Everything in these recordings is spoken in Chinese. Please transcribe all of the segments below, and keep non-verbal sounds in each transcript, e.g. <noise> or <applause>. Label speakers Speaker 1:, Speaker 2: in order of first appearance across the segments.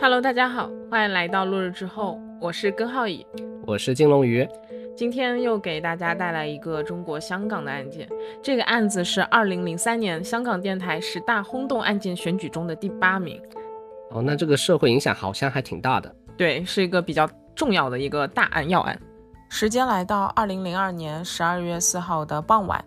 Speaker 1: Hello，大家好，欢迎来到落日之后，我是根浩乙。
Speaker 2: 我是金龙鱼，
Speaker 1: 今天又给大家带来一个中国香港的案件，这个案子是2003年香港电台十大轰动案件选举中的第八名，
Speaker 2: 哦，那这个社会影响好像还挺大的。
Speaker 1: 对，是一个比较重要的一个大案要案。时间来到二零零二年十二月四号的傍晚，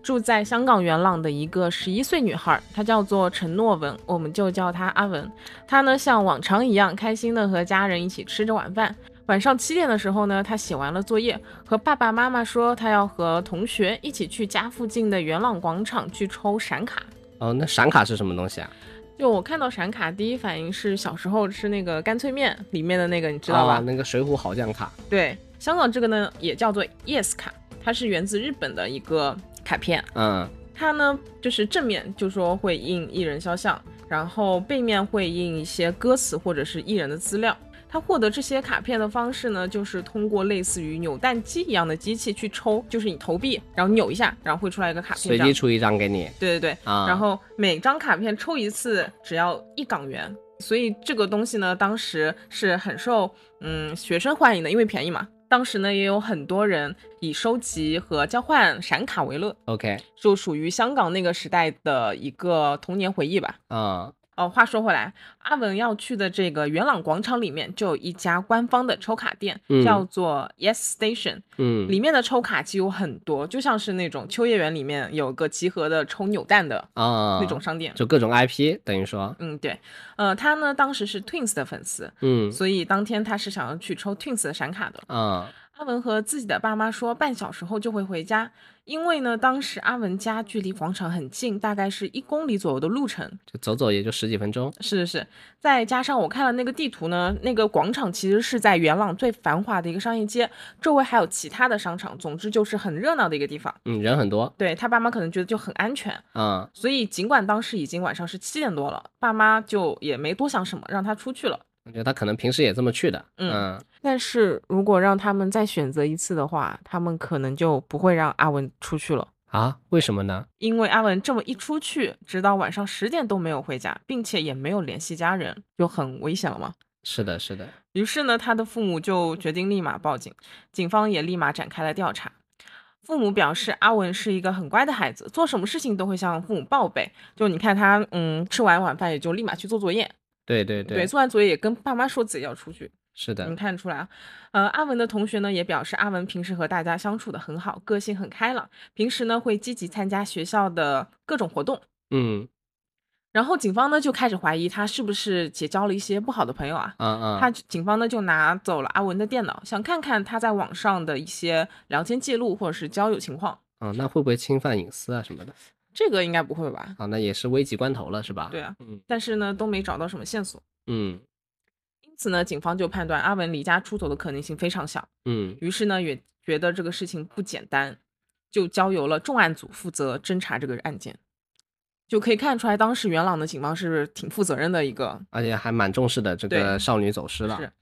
Speaker 1: 住在香港元朗的一个十一岁女孩，她叫做陈诺文，我们就叫她阿文。她呢像往常一样开心的和家人一起吃着晚饭。晚上七点的时候呢，她写完了作业，和爸爸妈妈说她要和同学一起去家附近的元朗广场去抽闪卡。
Speaker 2: 哦，那闪卡是什么东西啊？
Speaker 1: 就我看到闪卡，第一反应是小时候吃那个干脆面里面的那个，你知
Speaker 2: 知
Speaker 1: 道吧？
Speaker 2: 啊那个水浒好将卡。
Speaker 1: 对，香港这个呢也叫做 E Yes 卡，它是源自日本的一个卡片。
Speaker 2: 嗯，
Speaker 1: 它呢就是正面就说会印艺人肖像，然后背面会印一些歌词或者是艺人的资料。他获得这些卡片的方式呢，就是通过类似于扭蛋机一样的机器去抽，就是你投币，然后扭一下，然后会出来一个卡片
Speaker 2: 随
Speaker 1: 这样
Speaker 2: 机。出一张给你
Speaker 1: 对对对，
Speaker 2: 啊。
Speaker 1: 然后每张卡片抽一次只要一港元，所以这个东西呢，当时是很受嗯学生欢迎的，因为便宜嘛。当时呢，也有很多人以收集和交换闪卡为乐，
Speaker 2: OK，
Speaker 1: 就属于香港那个时代的一个童年回忆吧。
Speaker 2: 嗯，
Speaker 1: 哦，话说回来，阿文要去的这个元朗广场里面就有一家官方的抽卡店，
Speaker 2: 嗯
Speaker 1: 叫做 Yes Station，
Speaker 2: 嗯，
Speaker 1: 里面的抽卡机有很多，就像是那种秋叶原里面有个集合的抽扭蛋的
Speaker 2: 啊，
Speaker 1: 那种商店。
Speaker 2: 就各种 IP，等于说，
Speaker 1: 嗯，对，呃，他呢当时是 Twins 的粉丝，
Speaker 2: 嗯
Speaker 1: 所以当天他是想要去抽 Twins 的闪卡的。
Speaker 2: 啊，
Speaker 1: 阿文和自己的爸妈说，半小时后就会回家，因为呢，当时阿文家距离广场很近，大概是一公里左右的路程。
Speaker 2: 就走走也就十几分钟。
Speaker 1: 是是是，再加上我看了那个地图呢，那个广场其实是在元朗最繁华的一个商业街，周围还有其他的商场，总之就是很热闹的一个地方。
Speaker 2: 嗯，人很多。
Speaker 1: 对他爸妈可能觉得就很安全，
Speaker 2: 嗯
Speaker 1: 所以尽管当时已经晚上是七点多了，爸妈就也没多想什么，让他出去了。
Speaker 2: 我觉得他可能平时也这么去的。
Speaker 1: 嗯
Speaker 2: 嗯，
Speaker 1: 但是如果让他们再选择一次的话，他们可能就不会让阿文出去了，
Speaker 2: 啊，为什么呢？
Speaker 1: 因为阿文这么一出去，直到晚上十点都没有回家，并且也没有联系家人，就很危险了嘛。
Speaker 2: 是的，是的。
Speaker 1: 于是呢，他的父母就决定立马报警，警方也立马展开了调查。父母表示，阿文是一个很乖的孩子，做什么事情都会向父母报备。就你看他，嗯，吃完晚饭也就立马去做作业，
Speaker 2: 对对对，
Speaker 1: 做完作业也跟爸妈说自己要出去。
Speaker 2: 是的
Speaker 1: 能。看出来啊。呃，阿文的同学呢也表示，阿文平时和大家相处的很好，个性很开朗，平时呢会积极参加学校的各种活动。
Speaker 2: 嗯
Speaker 1: 然后警方呢就开始怀疑他是不是结交了一些不好的朋友啊。
Speaker 2: 啊啊，
Speaker 1: 他警方呢就拿走了阿文的电脑，想看看他在网上的一些聊天记录或者是交友情况。
Speaker 2: 嗯，那会不会侵犯隐私啊什么的？
Speaker 1: 这个应该不会吧？
Speaker 2: 啊，那也是危急关头了，是吧？
Speaker 1: 对啊，
Speaker 2: 嗯
Speaker 1: 但是呢都没找到什么线索，
Speaker 2: 嗯
Speaker 1: 因此呢警方就判断阿文离家出走的可能性非常小。
Speaker 2: 嗯，
Speaker 1: 于是呢，也觉得这个事情不简单，就交由了重案组负责侦查这个案件。就可以看出来，当时元朗的警方是挺负责任的一个。
Speaker 2: 而且还蛮重视的这
Speaker 1: 对
Speaker 2: 个少女走失了。
Speaker 1: 是，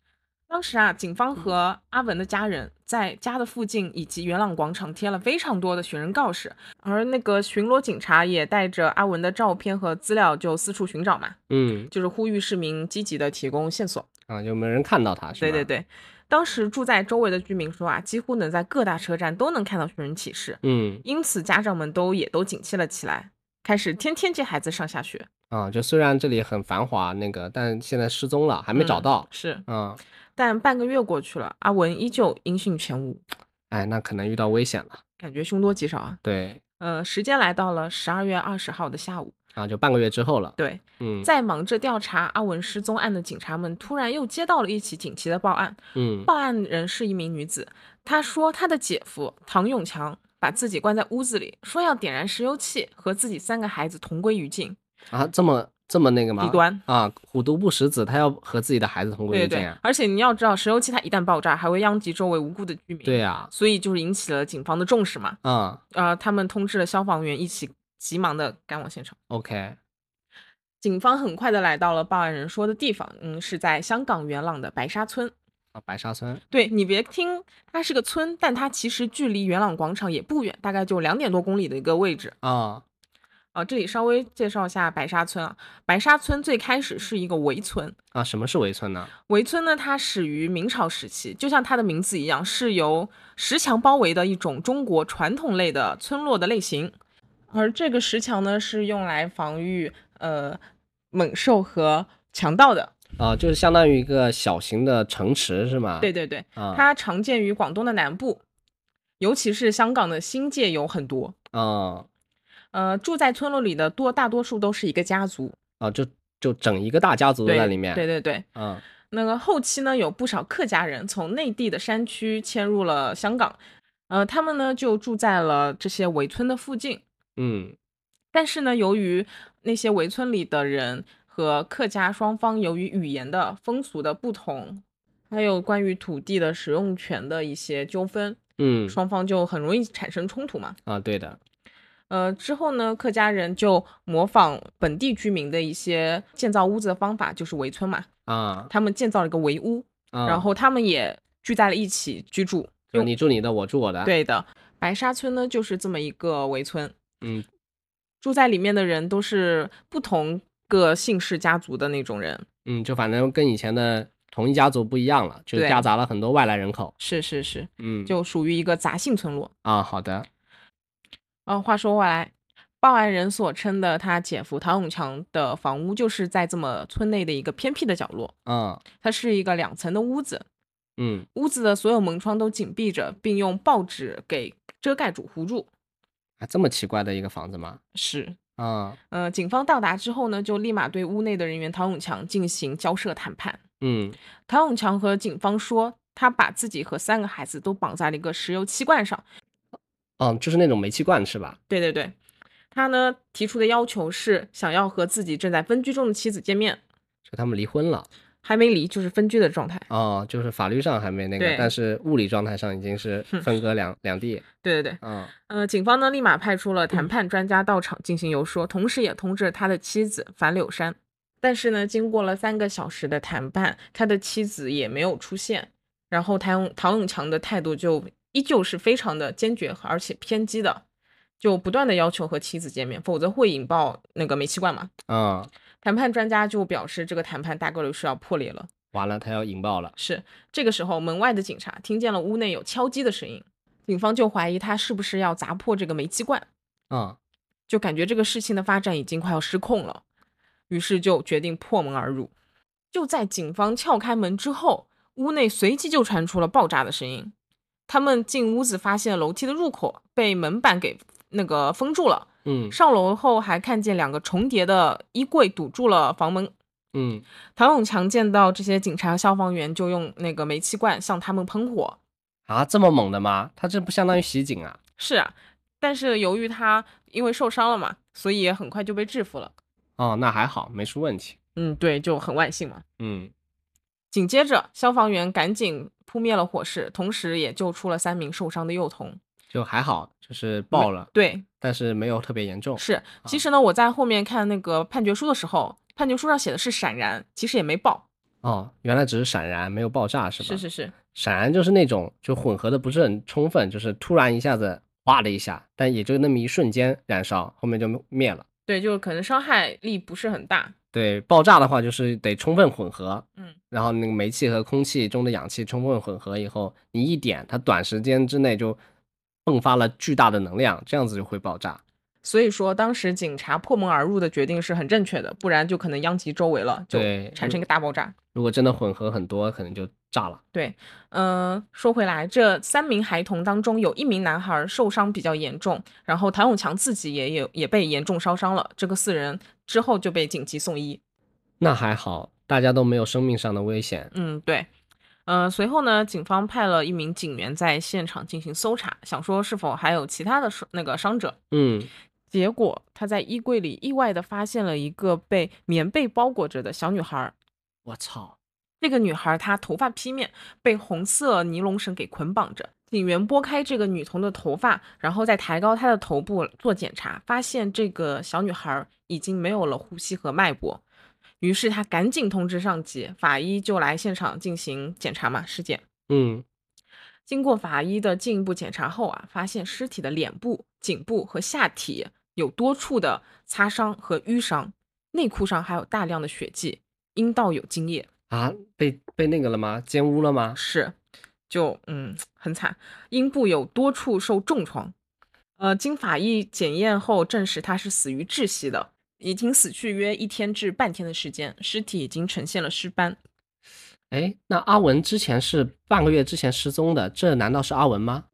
Speaker 1: 当时啊，警方
Speaker 2: 嗯
Speaker 1: 和阿文的家人在家的附近以及元朗广场贴了非常多的寻人告示，而那个巡逻警察也带着阿文的照片和资料就四处寻找嘛，
Speaker 2: 嗯
Speaker 1: 就是呼吁市民积极的提供线索。
Speaker 2: 啊，就没人看到她，是吧？
Speaker 1: 对对，对，当时住在周围的居民说啊，几乎能在各大车站都能看到寻人启事，
Speaker 2: 嗯
Speaker 1: 因此家长们都也都警惕了起来，开始天天接孩子上下学。
Speaker 2: 啊，就虽然这里很繁华，那个，但现在失踪了，还没找
Speaker 1: 嗯
Speaker 2: 到。
Speaker 1: 是，
Speaker 2: 嗯，
Speaker 1: 但半个月过去了，阿文依旧音讯全无，
Speaker 2: 哎，那可能遇到危险了。
Speaker 1: 感觉凶多吉少啊。
Speaker 2: 对，
Speaker 1: 呃，时间来到了十二月二十号的下午，
Speaker 2: 啊，就半个月之后了。
Speaker 1: 对，
Speaker 2: 嗯
Speaker 1: 在忙着调查阿文失踪案的警察们突然又接到了一起紧急的报案，
Speaker 2: 嗯
Speaker 1: 报案人是一名女子，她说她的姐夫唐永强把自己关在屋子里，说要点燃石油气，和自己三个孩子同归于尽，
Speaker 2: 啊，这么这么那个吗？
Speaker 1: 低端。
Speaker 2: 啊，虎毒不食子，他要和自己的孩子同归
Speaker 1: 对
Speaker 2: 于尽
Speaker 1: 对
Speaker 2: 啊。，
Speaker 1: 而且你要知道，石油气它一旦爆炸，还会殃及周围无辜的居民。
Speaker 2: 对啊呀，
Speaker 1: 所以就是引起了警方的重视嘛。
Speaker 2: 啊
Speaker 1: 呃，他们通知了消防员，一起急忙的赶往现场。
Speaker 2: ，OK，
Speaker 1: 警方很快的来到了报案人说的地方，嗯，是在香港元朗的白沙村。
Speaker 2: 啊，白沙村
Speaker 1: 对你别听它是个村，但它其实距离元朗广场也不远，大概就两点多公里的一个位置。
Speaker 2: 啊，
Speaker 1: 啊，这里稍微介绍一下白沙村啊。白沙村最开始是一个围村，
Speaker 2: 啊，什么是围村呢？
Speaker 1: 围村呢，它始于明朝时期，就像它的名字一样，是由石墙包围的一种中国传统类的村落的类型。而这个石墙呢，是用来防御呃猛兽和强盗的。
Speaker 2: 啊，就是相当于一个小型的城池是吗？
Speaker 1: 对对对，
Speaker 2: 啊
Speaker 1: 它常见于广东的南部，尤其是香港的新界有很多。
Speaker 2: 啊
Speaker 1: 呃，住在村落里的多大多数都是一个家族，
Speaker 2: 啊，就就整一个大家族都
Speaker 1: 对
Speaker 2: 在里面。
Speaker 1: 对对对，
Speaker 2: 啊
Speaker 1: 那个后期呢，有不少客家人从内地的山区迁入了香港，呃，他们呢就住在了这些围村的附近。
Speaker 2: 嗯
Speaker 1: 但是呢，由于那些围村里的人和客家双方由于语言的、风俗的不同，还有关于土地的使用权的一些纠纷，
Speaker 2: 嗯
Speaker 1: 双方就很容易产生冲突嘛。
Speaker 2: 啊，对的
Speaker 1: 呃，之后呢，客家人就模仿本地居民的一些建造屋子的方法，就是围村嘛，
Speaker 2: 啊
Speaker 1: 他们建造了一个围屋，
Speaker 2: 啊，
Speaker 1: 然后他们也聚在了一起居住。
Speaker 2: 就你住你的，我住我的。，
Speaker 1: 对的，白沙村呢就是这么一个围村，
Speaker 2: 嗯
Speaker 1: 住在里面的人都是不同个姓氏家族的那种人。
Speaker 2: 嗯，就反正跟以前的同一家族不一样了，就
Speaker 1: 对
Speaker 2: 夹杂了很多外来人口。
Speaker 1: 是是是，
Speaker 2: 嗯，
Speaker 1: 就属于一个杂姓村落。
Speaker 2: 啊，好的，
Speaker 1: 呃，话说回来，报案人所称的他姐夫唐永强的房屋，就是在这么村内的一个偏僻的角落。
Speaker 2: 嗯
Speaker 1: 它是一个两层的屋子，
Speaker 2: 嗯
Speaker 1: 屋子的所有门窗都紧闭着，并用报纸给遮盖住、糊住。
Speaker 2: 啊，这么奇怪的一个房子吗？
Speaker 1: 是，
Speaker 2: 啊，
Speaker 1: 呃，警方到达之后呢，就立马对屋内的人员唐永强进行交涉谈判。
Speaker 2: 嗯
Speaker 1: 唐永强和警方说，他把自己和三个孩子都绑在了一个石油气罐上。
Speaker 2: 嗯，就是那种煤气罐是吧？
Speaker 1: 对对对，他呢提出的要求是想要和自己正在分居中的妻子见面，
Speaker 2: 就他们离婚了。
Speaker 1: 还没离，就是分居的状态。
Speaker 2: 哦，就是法律上还没那个
Speaker 1: 对，
Speaker 2: 但是物理状态上已经是
Speaker 1: 哼
Speaker 2: 分隔两两地。
Speaker 1: 对对对， <laughs>
Speaker 2: 嗯
Speaker 1: 呃，警方呢立马派出了谈判专家到场进行游说，同时也通知了他的妻子樊柳珊。但是呢，经过了三个小时的谈判，他的妻子也没有出现。然后唐永唐永强的态度就依旧是非常的坚决而且偏激的，就不断的要求和妻子见面，否则会引爆那个煤气罐嘛。
Speaker 2: 嗯，
Speaker 1: 谈判专家就表示，这个谈判大概率是要破裂了。
Speaker 2: 完了，他要引爆了。
Speaker 1: 是这个时候，门外的警察听见了屋内有敲击的声音，警方就怀疑他是不是要砸破这个煤气罐，
Speaker 2: 嗯
Speaker 1: 就感觉这个事情的发展已经快要失控了，于是就决定破门而入。就在警方撬开门之后，屋内随即就传出了爆炸的声音。他们进屋子发现楼梯的入口被门板给那个封住了，
Speaker 2: 嗯
Speaker 1: 上楼后还看见两个重叠的衣柜堵住了房门，
Speaker 2: 嗯
Speaker 1: 唐永强见到这些警察和消防员，就用那个煤气罐向他们喷火。
Speaker 2: 啊，这么猛的吗？他这不相当于袭警啊？
Speaker 1: 是啊，但是由于他因为受伤了嘛，所以也很快就被制服了。
Speaker 2: 哦，那还好，没出问题。
Speaker 1: 嗯，对，就很万幸嘛。
Speaker 2: 嗯
Speaker 1: 紧接着，消防员赶紧扑灭了火势，同时也救出了三名受伤的幼童。
Speaker 2: 就还好，就是爆了，
Speaker 1: 对，
Speaker 2: 但是没有特别严重。
Speaker 1: 是。
Speaker 2: 啊
Speaker 1: 其实呢，我在后面看那个判决书的时候，判决书上写的是闪燃，其实也没爆。
Speaker 2: 哦，原来只是闪燃，没有爆炸是吧？
Speaker 1: 是是是，
Speaker 2: 闪燃就是那种就混合的不是很充分，就是突然一下子哗的一下，但也就那么一瞬间燃烧，后面就灭了。
Speaker 1: 对，就是可能伤害力不是很大。
Speaker 2: 对，爆炸的话就是得充分混合，
Speaker 1: 嗯，
Speaker 2: 然后那个煤气和空气中的氧气充分混合以后，你一点，它短时间之内就迸发了巨大的能量，这样子就会爆炸。
Speaker 1: 所以说，当时警察破门而入的决定是很正确的，不然就可能殃及周围了，就
Speaker 2: 对
Speaker 1: 产生一个大爆炸。
Speaker 2: 如果真的混合很多，可能就炸了。
Speaker 1: 嗯、说回来，这三名孩童当中有一名男孩受伤比较严重，然后谭永强自己也有也被严重烧伤了。这个四人之后就被紧急送医。
Speaker 2: 那还好，大家都没有生命上的危险。
Speaker 1: 嗯，对。呃，随后呢，警方派了一名警员在现场进行搜查，想说是否还有其他的伤那个伤者。
Speaker 2: 嗯，
Speaker 1: 结果他在衣柜里意外的发现了一个被棉被包裹着的小女孩，
Speaker 2: 我操，
Speaker 1: 这个女孩她头发披面，被红色尼龙绳给捆绑着。警员拨开这个女童的头发，然后再抬高她的头部做检查，发现这个小女孩已经没有了呼吸和脉搏。于是他赶紧通知上级，法医就来现场进行检查嘛，尸检。
Speaker 2: 嗯，
Speaker 1: 经过法医的进一步检查后啊，发现尸体的脸部、颈部和下体有多处的擦伤和淤伤，内裤上还有大量的血迹，阴道有精液，
Speaker 2: 啊，被被那个了吗？奸污了吗？
Speaker 1: 是，就嗯很惨，阴部有多处受重创。呃，经法医检验后证实他是死于窒息的，已经死去约一天至半天的时间，尸体已经呈现了尸斑。
Speaker 2: 哎，那阿文之前是半个月之前失踪的，这难道是阿文吗？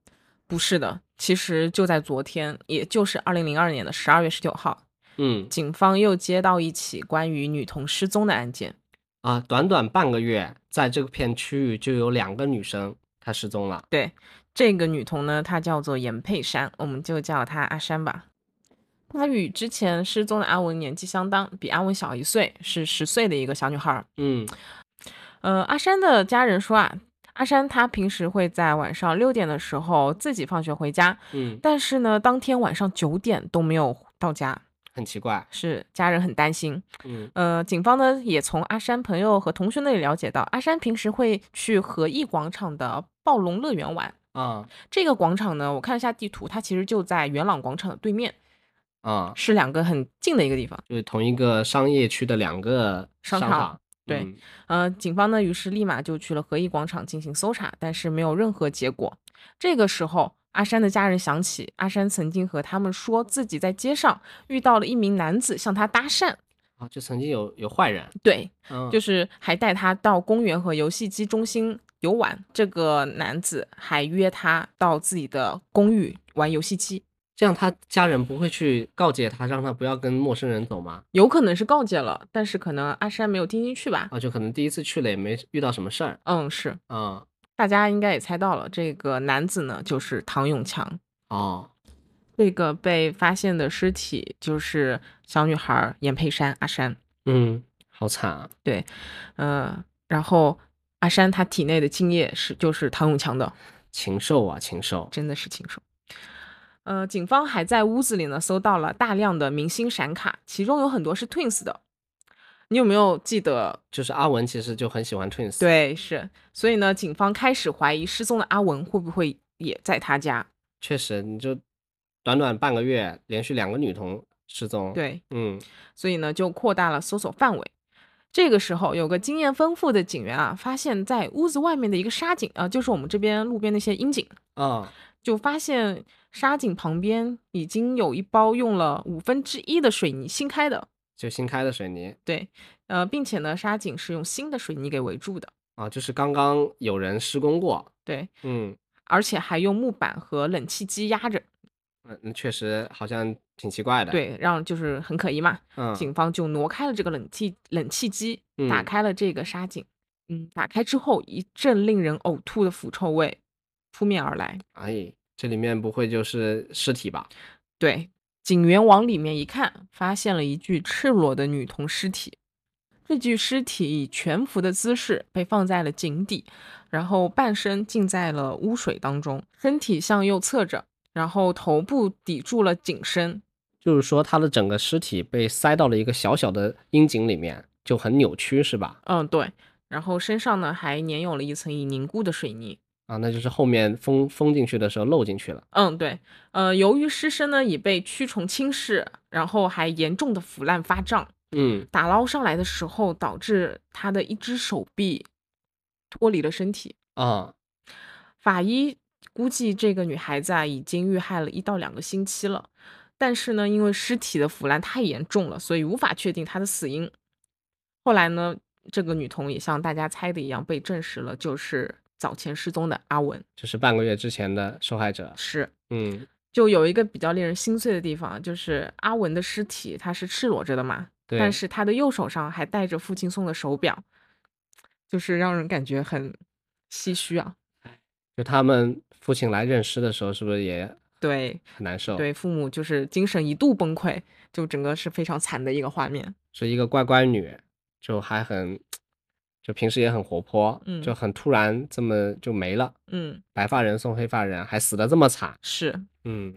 Speaker 1: 不是的，其实就在昨天，也就是二零零二年的十二月十九号，
Speaker 2: 嗯
Speaker 1: 警方又接到一起关于女童失踪的案件。
Speaker 2: 啊，短短半个月，在这片区域就有两个女生她失踪了。
Speaker 1: 对，这个女童呢，她叫做严佩珊，我们就叫她阿珊吧。她与之前失踪的阿文年纪相当，比阿文小一岁，是十岁的一个小女孩儿。
Speaker 2: 嗯
Speaker 1: 呃，阿珊的家人说啊，阿珊她平时会在晚上六点的时候自己放学回家，
Speaker 2: 嗯，
Speaker 1: 但是呢，当天晚上九点都没有到家，
Speaker 2: 很奇怪。
Speaker 1: 是家人很担心。
Speaker 2: 嗯
Speaker 1: 呃，警方呢也从阿山朋友和同学那里了解到，阿山平时会去和义广场的暴龙乐园玩。
Speaker 2: 啊
Speaker 1: 这个广场呢，我看了一下地图，它其实就在元朗广场的对面，
Speaker 2: 啊，
Speaker 1: 是两个很近的一个地方。
Speaker 2: 就是同一个商业区的两个
Speaker 1: 商
Speaker 2: 场。
Speaker 1: 场对
Speaker 2: 嗯
Speaker 1: 呃，警方呢，于是立马就去了和义广场进行搜查，但是没有任何结果。这个时候，阿山的家人想起阿山曾经和他们说自己在街上遇到了一名男子向他搭讪，
Speaker 2: 啊，就曾经有有坏人，
Speaker 1: 对，
Speaker 2: 嗯，
Speaker 1: 就是还带他到公园和游戏机中心游玩。这个男子还约他到自己的公寓玩游戏机，
Speaker 2: 这样他家人不会去告诫他，让他不要跟陌生人走吗？
Speaker 1: 有可能是告诫了，但是可能阿山没有听进去吧。
Speaker 2: 啊，就可能第一次去了也没遇到什么事儿
Speaker 1: 嗯，是，
Speaker 2: 啊、
Speaker 1: 大家应该也猜到了，这个男子呢就是唐永强。
Speaker 2: 哦，
Speaker 1: 这个被发现的尸体就是小女孩严佩珊阿珊，
Speaker 2: 嗯，好惨啊！
Speaker 1: 嗯，然后阿珊她体内的精液是就是唐永强的，
Speaker 2: 禽兽啊，禽兽！
Speaker 1: 真的是禽兽。呃，警方还在屋子里呢搜到了大量的明星闪卡，其中有很多是 Twins 的。你有没有记得？
Speaker 2: 就是阿文其实就很喜欢 Twins，，
Speaker 1: 对，是。所以呢，警方开始怀疑失踪的阿文会不会也在他家？
Speaker 2: 确实，你就短短半个月，连续两个女童失踪，，
Speaker 1: 对，
Speaker 2: 嗯
Speaker 1: 所以呢就扩大了搜索范围。这个时候，有个经验丰富的警员啊，发现在屋子外面的一个沙井啊、呃就是我们这边路边那些阴井，
Speaker 2: 啊，
Speaker 1: 就发现沙井旁边已经有一包用了五分之一的水泥新开的，
Speaker 2: 就新开的水泥
Speaker 1: 对，呃，并且呢，沙井是用新的水泥给围住的，
Speaker 2: 啊，就是刚刚有人施工过，
Speaker 1: 对，
Speaker 2: 嗯，
Speaker 1: 而且还用木板和冷气机压着，
Speaker 2: 嗯，嗯确实好像挺奇怪的，，
Speaker 1: 对，让就是很可疑嘛。
Speaker 2: 嗯，
Speaker 1: 警方就挪开了这个冷气冷气机，打
Speaker 2: 嗯
Speaker 1: 开了这个沙井。嗯，打开之后，一阵令人呕吐的腐臭味扑面而来。
Speaker 2: 哎，这里面不会就是尸体吧？
Speaker 1: 对，警员往里面一看，发现了一具赤裸的女童尸体。这具尸体以全伏的姿势被放在了井底，然后半身浸在了污水当中，身体向右侧着，然后头部抵住了井身。
Speaker 2: 就是说他的整个尸体被塞到了一个小小的阴井里面，就很扭曲，是吧？
Speaker 1: 嗯，对。然后身上呢还粘有了一层已凝固的水泥。
Speaker 2: 啊，那就是后面封封进去的时候漏进去了。
Speaker 1: 嗯，对。呃，由于尸身呢已被蛆虫侵蚀，然后还严重的腐烂发胀，
Speaker 2: 嗯，
Speaker 1: 打捞上来的时候，导致他的一只手臂脱离了身体。
Speaker 2: 啊，
Speaker 1: 法医估计这个女孩子啊已经遇害了一到两个星期了，但是呢，因为尸体的腐烂太严重了，所以无法确定她的死因。后来呢，这个女童也像大家猜的一样被证实了，就是早前失踪的阿文。
Speaker 2: 这是半个月之前的受害者。
Speaker 1: 是，
Speaker 2: 嗯，
Speaker 1: 就有一个比较令人心碎的地方，就是阿文的尸体它是赤裸着的嘛，
Speaker 2: 对。
Speaker 1: 但是他的右手上还戴着父亲送的手表，就是让人感觉很唏嘘啊。
Speaker 2: 就他们父亲来认尸的时候，是不是也
Speaker 1: 对
Speaker 2: 很难受？，
Speaker 1: 对，父母就是精神一度崩溃，就整个是非常惨的一个画面。
Speaker 2: 是一个乖乖女，就还很，就平时也很活泼，
Speaker 1: 嗯
Speaker 2: 就很突然这么就没了。
Speaker 1: 嗯，
Speaker 2: 白发人送黑发人，还死的这么惨。
Speaker 1: 是，
Speaker 2: 嗯，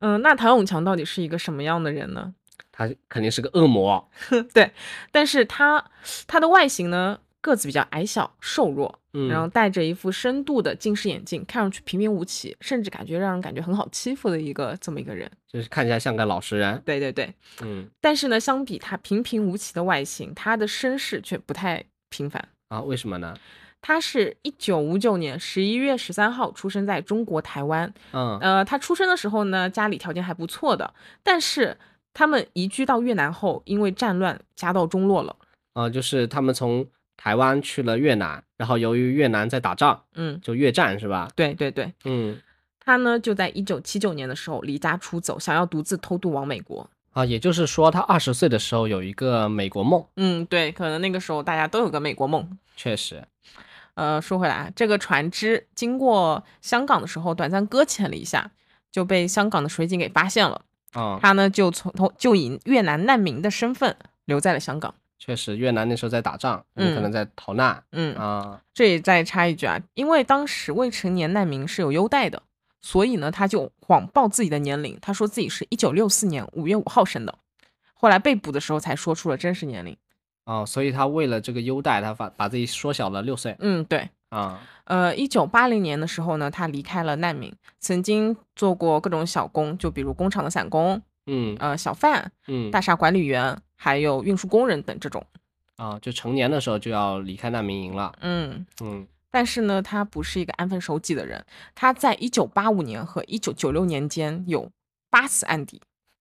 Speaker 1: 嗯、那唐永强到底是一个什么样的人呢？
Speaker 2: 他肯定是个恶魔。
Speaker 1: 对，但是他他的外形呢，个子比较矮小、瘦弱，
Speaker 2: 嗯，
Speaker 1: 然后戴着一副深度的近视眼镜，看上去平平无奇，甚至感觉让人感觉很好欺负的一个这么一个人。
Speaker 2: 就是看起来像个老实人，
Speaker 1: 对对对，
Speaker 2: 嗯
Speaker 1: 但是呢，相比他平平无奇的外形，他的身世却不太平凡。
Speaker 2: 啊，为什么呢？
Speaker 1: 他是一九五九年十一月十三号出生在中国台湾。
Speaker 2: 嗯
Speaker 1: 呃，他出生的时候呢，家里条件还不错的，但是他们移居到越南后，因为战乱家道中落了。
Speaker 2: 啊，就是他们从台湾去了越南，然后由于越南在打仗，
Speaker 1: 嗯，
Speaker 2: 就越战是吧？
Speaker 1: 对对对，
Speaker 2: 嗯
Speaker 1: 他呢就在一九七九年的时候离家出走，想要独自偷渡往美国。
Speaker 2: 啊，也就是说他二十岁的时候有一个美国梦，
Speaker 1: 嗯，对，可能那个时候大家都有个美国梦。
Speaker 2: 确实，
Speaker 1: 呃，说回来啊，这个船只经过香港的时候，短暂搁浅了一下，就被香港的水警给发现了。
Speaker 2: 啊、
Speaker 1: 他呢就从头就以越南难民的身份留在了香港。
Speaker 2: 确实越南那时候在打仗，有可
Speaker 1: 嗯
Speaker 2: 能在逃难、
Speaker 1: 嗯，
Speaker 2: 啊，
Speaker 1: 这也再插一句啊，因为当时未成年难民是有优待的，所以呢他就谎报自己的年龄，他说自己是一九六四年五月五号生的，后来被捕的时候才说出了真实年龄。
Speaker 2: 哦，所以他为了这个优待，他把把自己缩小了六岁
Speaker 1: 嗯，对。
Speaker 2: 啊，
Speaker 1: 呃，一九八零年的时候呢，他离开了难民，曾经做过各种小工，就比如工厂的散工、
Speaker 2: 嗯
Speaker 1: 呃小贩、
Speaker 2: 嗯
Speaker 1: 大厦管理员，还有运输工人等这种。
Speaker 2: 啊，就成年的时候就要离开难民营了，
Speaker 1: 嗯，
Speaker 2: 嗯
Speaker 1: 但是呢，他不是一个安分守己的人。他在一九八五年和一九九六年间有八次案底，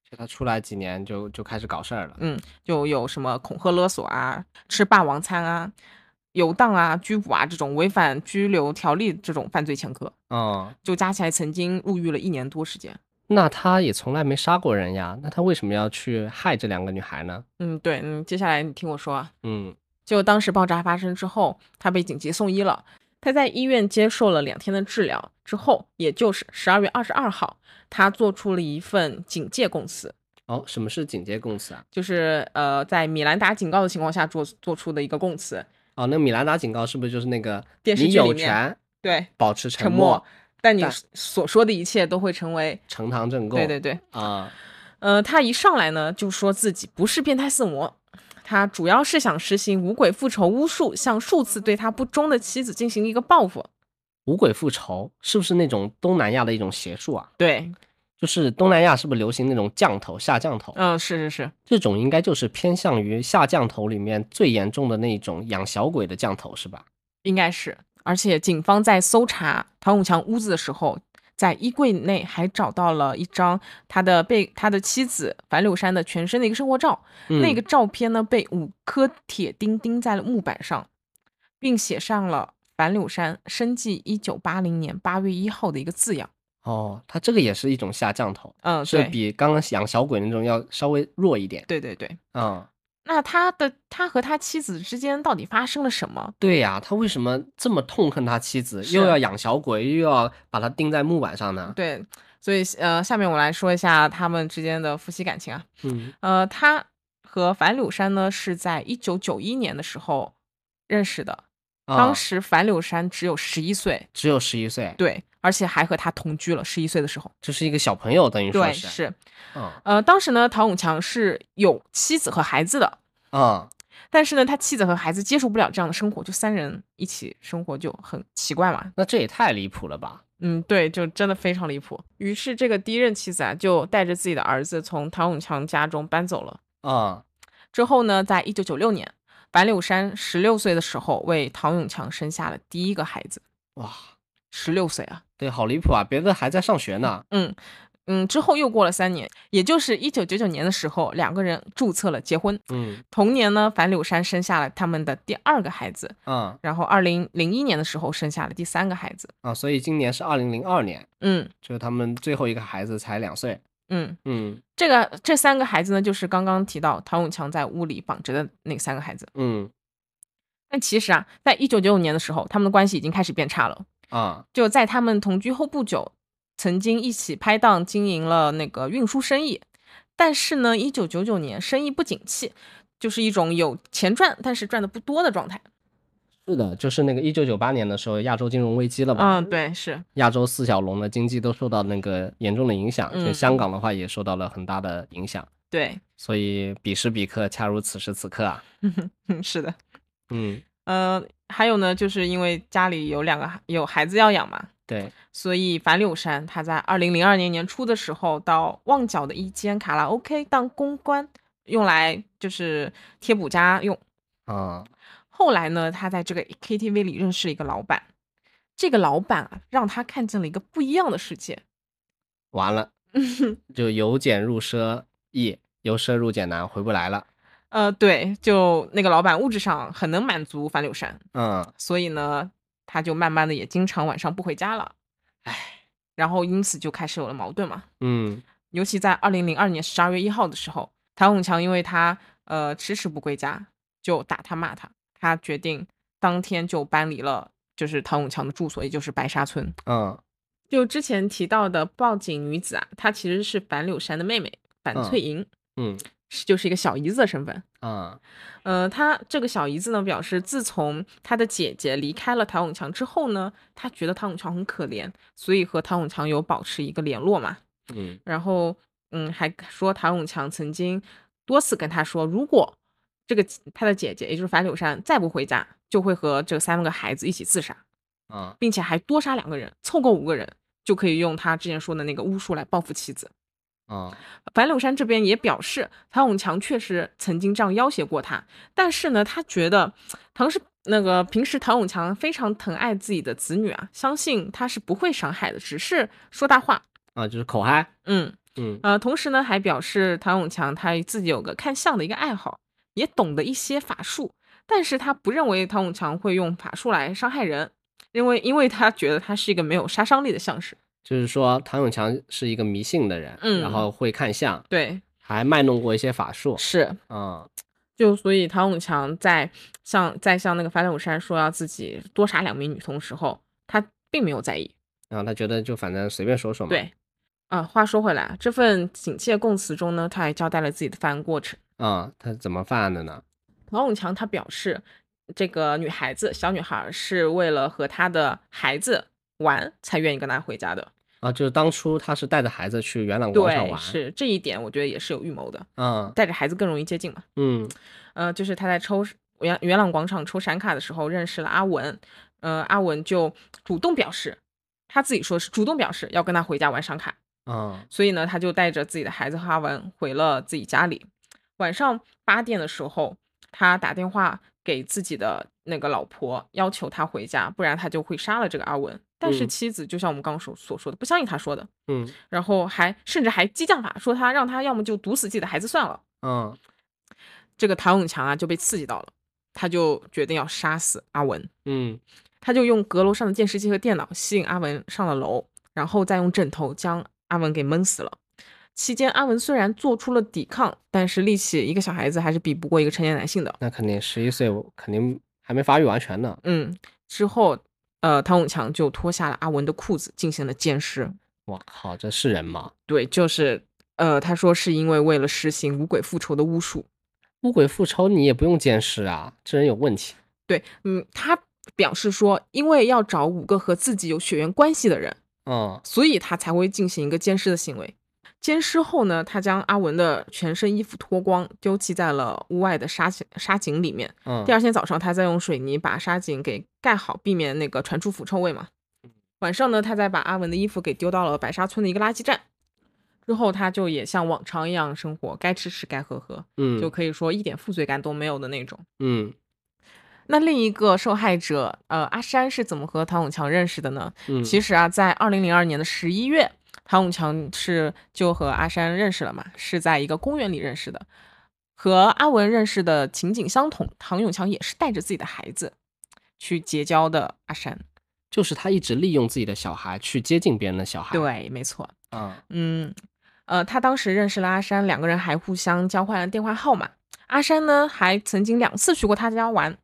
Speaker 2: 就他出来几年就就开始搞事儿了，
Speaker 1: 就有什么恐吓勒索啊、吃霸王餐啊、游荡啊、拘捕啊这种违反拘留条例这种犯罪前科，
Speaker 2: 哦，
Speaker 1: 就加起来曾经入狱了一年多时间。
Speaker 2: 那他也从来没杀过人呀，那他为什么要去害这两个女孩呢？
Speaker 1: 嗯，对，嗯，接下来你听我说啊，
Speaker 2: 嗯
Speaker 1: 就当时爆炸发生之后，他被紧急送医了。他在医院接受了两天的治疗之后，也就是十二月二十二号，他做出了一份警戒供词，
Speaker 2: 哦，什么是警戒供词啊？
Speaker 1: 就是呃，在米兰达警告的情况下做做出的一个供词。
Speaker 2: 哦，那米兰达警告是不是就是那个
Speaker 1: 电视
Speaker 2: 你
Speaker 1: 剧里
Speaker 2: 有
Speaker 1: 面
Speaker 2: 权
Speaker 1: 对，
Speaker 2: 保持
Speaker 1: 沉
Speaker 2: 默，，
Speaker 1: 但你
Speaker 2: 但
Speaker 1: 所说的一切都会成为
Speaker 2: 呈堂证供？
Speaker 1: 对对对。
Speaker 2: 啊，
Speaker 1: 呃，他一上来呢就说自己不是变态四魔，他主要是想实行五鬼复仇巫术，向数次对他不忠的妻子进行一个报复。
Speaker 2: 五鬼复仇是不是那种东南亚的一种邪术啊？
Speaker 1: 对，
Speaker 2: 就是东南亚是不是流行那种降头下降头？
Speaker 1: 嗯，是是是，
Speaker 2: 这种应该就是偏向于下降头里面最严重的那种养小鬼的降头是吧？
Speaker 1: 应该是。而且警方在搜查唐永强屋子的时候，在衣柜内还找到了一张他的被他的妻子樊柳珊的全身的一个生活照，
Speaker 2: 嗯
Speaker 1: 那个照片呢被五颗铁钉钉在了木板上，并写上了樊柳珊生纪一九八零年八月一号的一个字样。
Speaker 2: 哦，它这个也是一种下降头，
Speaker 1: 嗯，
Speaker 2: 是
Speaker 1: 对，
Speaker 2: 比刚刚养小鬼那种要稍微弱一点。
Speaker 1: 对对对。
Speaker 2: 嗯，
Speaker 1: 那他的他和他妻子之间到底发生了什么？
Speaker 2: 对呀、他为什么这么痛恨他妻子，
Speaker 1: 是
Speaker 2: 又要养小鬼，又要把他钉在木板上呢？
Speaker 1: 对，所以呃，下面我来说一下他们之间的夫妻感情啊。
Speaker 2: 嗯，
Speaker 1: 呃，他和樊柳珊呢是在一九九一年的时候认识的，
Speaker 2: 啊
Speaker 1: 当时樊柳珊只有十一岁，
Speaker 2: 只有十一岁，
Speaker 1: 对，而且还和他同居了。十一岁的时候，
Speaker 2: 这是一个小朋友，等于说
Speaker 1: 对，
Speaker 2: 是，
Speaker 1: 是
Speaker 2: 嗯
Speaker 1: 呃，当时呢，唐永强是有妻子和孩子的，
Speaker 2: 嗯，
Speaker 1: 但是呢，他妻子和孩子接受不了这样的生活，就三人一起生活就很奇怪嘛。
Speaker 2: 那这也太离谱了吧？
Speaker 1: 嗯，对，就真的非常离谱。于是这个第一任妻子啊，就带着自己的儿子从唐永强家中搬走了。
Speaker 2: 啊、
Speaker 1: 之后呢，在一九九六年，樊柳珊十六岁的时候为唐永强生下了第一个孩子，
Speaker 2: 哇，
Speaker 1: 十六岁啊。
Speaker 2: 对，好离谱啊！别的还在上学呢。
Speaker 1: 嗯嗯，之后又过了三年，也就是一九九九年的时候，两个人注册了结婚。
Speaker 2: 嗯
Speaker 1: 同年呢，樊柳珊生下了他们的第二个孩子，
Speaker 2: 啊
Speaker 1: 然后二零零一年的时候生下了第三个孩子。
Speaker 2: 啊，所以今年是二零零二年，
Speaker 1: 嗯
Speaker 2: 就是他们最后一个孩子才两岁。
Speaker 1: 嗯，
Speaker 2: 嗯
Speaker 1: 这个这三个孩子呢，就是刚刚提到唐永强在屋里绑着的那三个孩子。
Speaker 2: 嗯
Speaker 1: 但其实啊，在一九九九年的时候，他们的关系已经开始变差了。
Speaker 2: 啊
Speaker 1: 就在他们同居后不久，曾经一起拍档经营了那个运输生意，但是呢，一九九九年生意不景气，就是一种有钱赚但是赚的不多的状态。
Speaker 2: 是的，就是那个一九九八年的时候，亚洲金融危机了嘛，
Speaker 1: 嗯，对，是，
Speaker 2: 亚洲四小龙的经济都受到那个严重的影响，
Speaker 1: 嗯
Speaker 2: 就香港的话也受到了很大的影响，
Speaker 1: 对，
Speaker 2: 所以彼时彼刻，恰如此时此刻啊，
Speaker 1: 嗯，是的。
Speaker 2: 嗯
Speaker 1: 呃，还有呢，就是因为家里有两个孩有孩子要养嘛，
Speaker 2: 对，
Speaker 1: 所以樊柳珊她在二零零二年年初的时候，到旺角的一间卡拉 OK 当公关，用来就是贴补家用。
Speaker 2: 啊、
Speaker 1: 后来呢，她在这个 KTV 里认识了一个老板，这个老板啊，让她看见了一个不一样的世界。<laughs>
Speaker 2: 完了，就由俭入奢易，由奢入俭难，回不来了。
Speaker 1: 呃，对，就那个老板物质上很能满足樊柳珊，
Speaker 2: 嗯，
Speaker 1: 所以呢，她就慢慢的也经常晚上不回家了。唉，然后因此就开始有了矛盾嘛。
Speaker 2: 嗯，
Speaker 1: 尤其在二零零二年十二月一号的时候，谭永强因为他呃迟迟不归家，就打他骂他，他决定当天就搬离了就是谭永强的住所，也就是白沙村。
Speaker 2: 嗯，
Speaker 1: 就之前提到的报警女子啊，她其实是樊柳珊的妹妹樊翠莹，
Speaker 2: 嗯，
Speaker 1: 是就是一个小姨子的身份。
Speaker 2: 啊、
Speaker 1: 呃，她这个小姨子呢表示，自从她的姐姐离开了谭永强之后呢，她觉得谭永强很可怜，所以和谭永强有保持一个联络嘛。
Speaker 2: 嗯，
Speaker 1: 然后嗯，还说唐永强曾经多次跟他说，如果这个他的姐姐，也就是樊柳珊再不回家，就会和这三个孩子一起自杀，
Speaker 2: 啊、
Speaker 1: 并且还多杀两个人，凑够五个人，就可以用他之前说的那个巫术来报复妻子。
Speaker 2: 啊、
Speaker 1: 樊柳珊这边也表示，唐永强确实曾经这样要挟过她，但是呢，他觉得唐是那个平时唐永强非常疼爱自己的子女啊，相信他是不会伤害的，只是说大话。
Speaker 2: 啊，就是口嗨。
Speaker 1: 嗯，
Speaker 2: 嗯
Speaker 1: 呃，同时呢，还表示唐永强他自己有个看相的一个爱好，也懂得一些法术，但是他不认为唐永强会用法术来伤害人，因为因为他觉得他是一个没有杀伤力的相士。
Speaker 2: 就是说唐永强是一个迷信的人，
Speaker 1: 嗯
Speaker 2: 然后会看相，
Speaker 1: 对，
Speaker 2: 还卖弄过一些法术，
Speaker 1: 是，
Speaker 2: 啊、
Speaker 1: 就所以唐永强在向在向那个樊柳珊说要自己多杀两名女童时候，他并没有在意。
Speaker 2: 然后他觉得就反正随便说说嘛，，
Speaker 1: 对，啊、话说回来，这份警戒供词中呢，他还交代了自己的犯案过程。
Speaker 2: 啊、他怎么犯案的呢？
Speaker 1: 唐永强他表示，这个女孩子小女孩是为了和她的孩子玩才愿意跟他回家的。
Speaker 2: 啊，就是当初他是带着孩子去元朗广场
Speaker 1: 对，
Speaker 2: 玩，，
Speaker 1: 是这一点，我觉得也是有预谋的，
Speaker 2: 啊，
Speaker 1: 带着孩子更容易接近嘛。
Speaker 2: 嗯，
Speaker 1: 呃，就是他在抽元元朗广场抽闪卡的时候认识了阿文，呃，阿文就主动表示，他自己说是主动表示要跟他回家玩闪卡，
Speaker 2: 啊，
Speaker 1: 所以呢，他就带着自己的孩子和阿文回了自己家里。晚上八点的时候，他打电话给自己的那个老婆，要求他回家，不然他就会杀了这个阿文。但是
Speaker 2: 嗯
Speaker 1: 妻子就像我们刚刚所所说的，不相信他说的，
Speaker 2: 嗯，
Speaker 1: 然后还甚至还激将法，说他让他要么就毒死自己的孩子算了。
Speaker 2: 啊，
Speaker 1: 这个唐永强啊就被刺激到了，他就决定要杀死阿文。
Speaker 2: 嗯，
Speaker 1: 他就用阁楼上的电视机和电脑吸引阿文上了楼，然后再用枕头将阿文给闷死了。期间，阿文虽然做出了抵抗，但是力气一个小孩子还是比不过一个成年男性的。
Speaker 2: 那肯定十一岁，我肯定还没发育完全呢，
Speaker 1: 嗯，之后，呃，唐永强就脱下了阿文的裤子进行了奸尸。
Speaker 2: 我靠，这是人吗？
Speaker 1: 对，就是，呃，他说是因为为了实行五鬼复仇的巫术。
Speaker 2: 乌鬼复仇你也不用监视啊，这人有问题，
Speaker 1: 对，嗯，他表示说，因为要找五个和自己有血缘关系的人，
Speaker 2: 嗯，
Speaker 1: 所以他才会进行一个奸尸的行为。奸尸后呢，他将阿文的全身衣服脱光，丢弃在了屋外的沙井沙井里面。
Speaker 2: 嗯
Speaker 1: 第，二天早上，他再用水泥把沙井给盖好，避免那个传出腐臭味嘛。
Speaker 2: 嗯
Speaker 1: 晚上呢，他再把阿文的衣服给丢到了白沙村的一个垃圾站。之后，他就也像往常一样生活，该吃吃，该喝喝，
Speaker 2: 嗯，
Speaker 1: 就可以说一点负罪感都没有的那种。
Speaker 2: 嗯，
Speaker 1: 那另一个受害者，呃，阿山是怎么和唐永强认识的呢？
Speaker 2: 嗯，
Speaker 1: 其实啊，在二零零二年的十一月，唐永强是就和阿山认识了嘛，是在一个公园里认识的，和阿文认识的情景相同。唐永强也是带着自己的孩子去结交的阿山。
Speaker 2: 就是他一直利用自己的小孩去接近别人的小孩，，
Speaker 1: 对，没错。
Speaker 2: 啊，
Speaker 1: 嗯，呃，他当时认识了阿山，两个人还互相交换了电话号码。阿山呢，还曾经两次去过他家玩。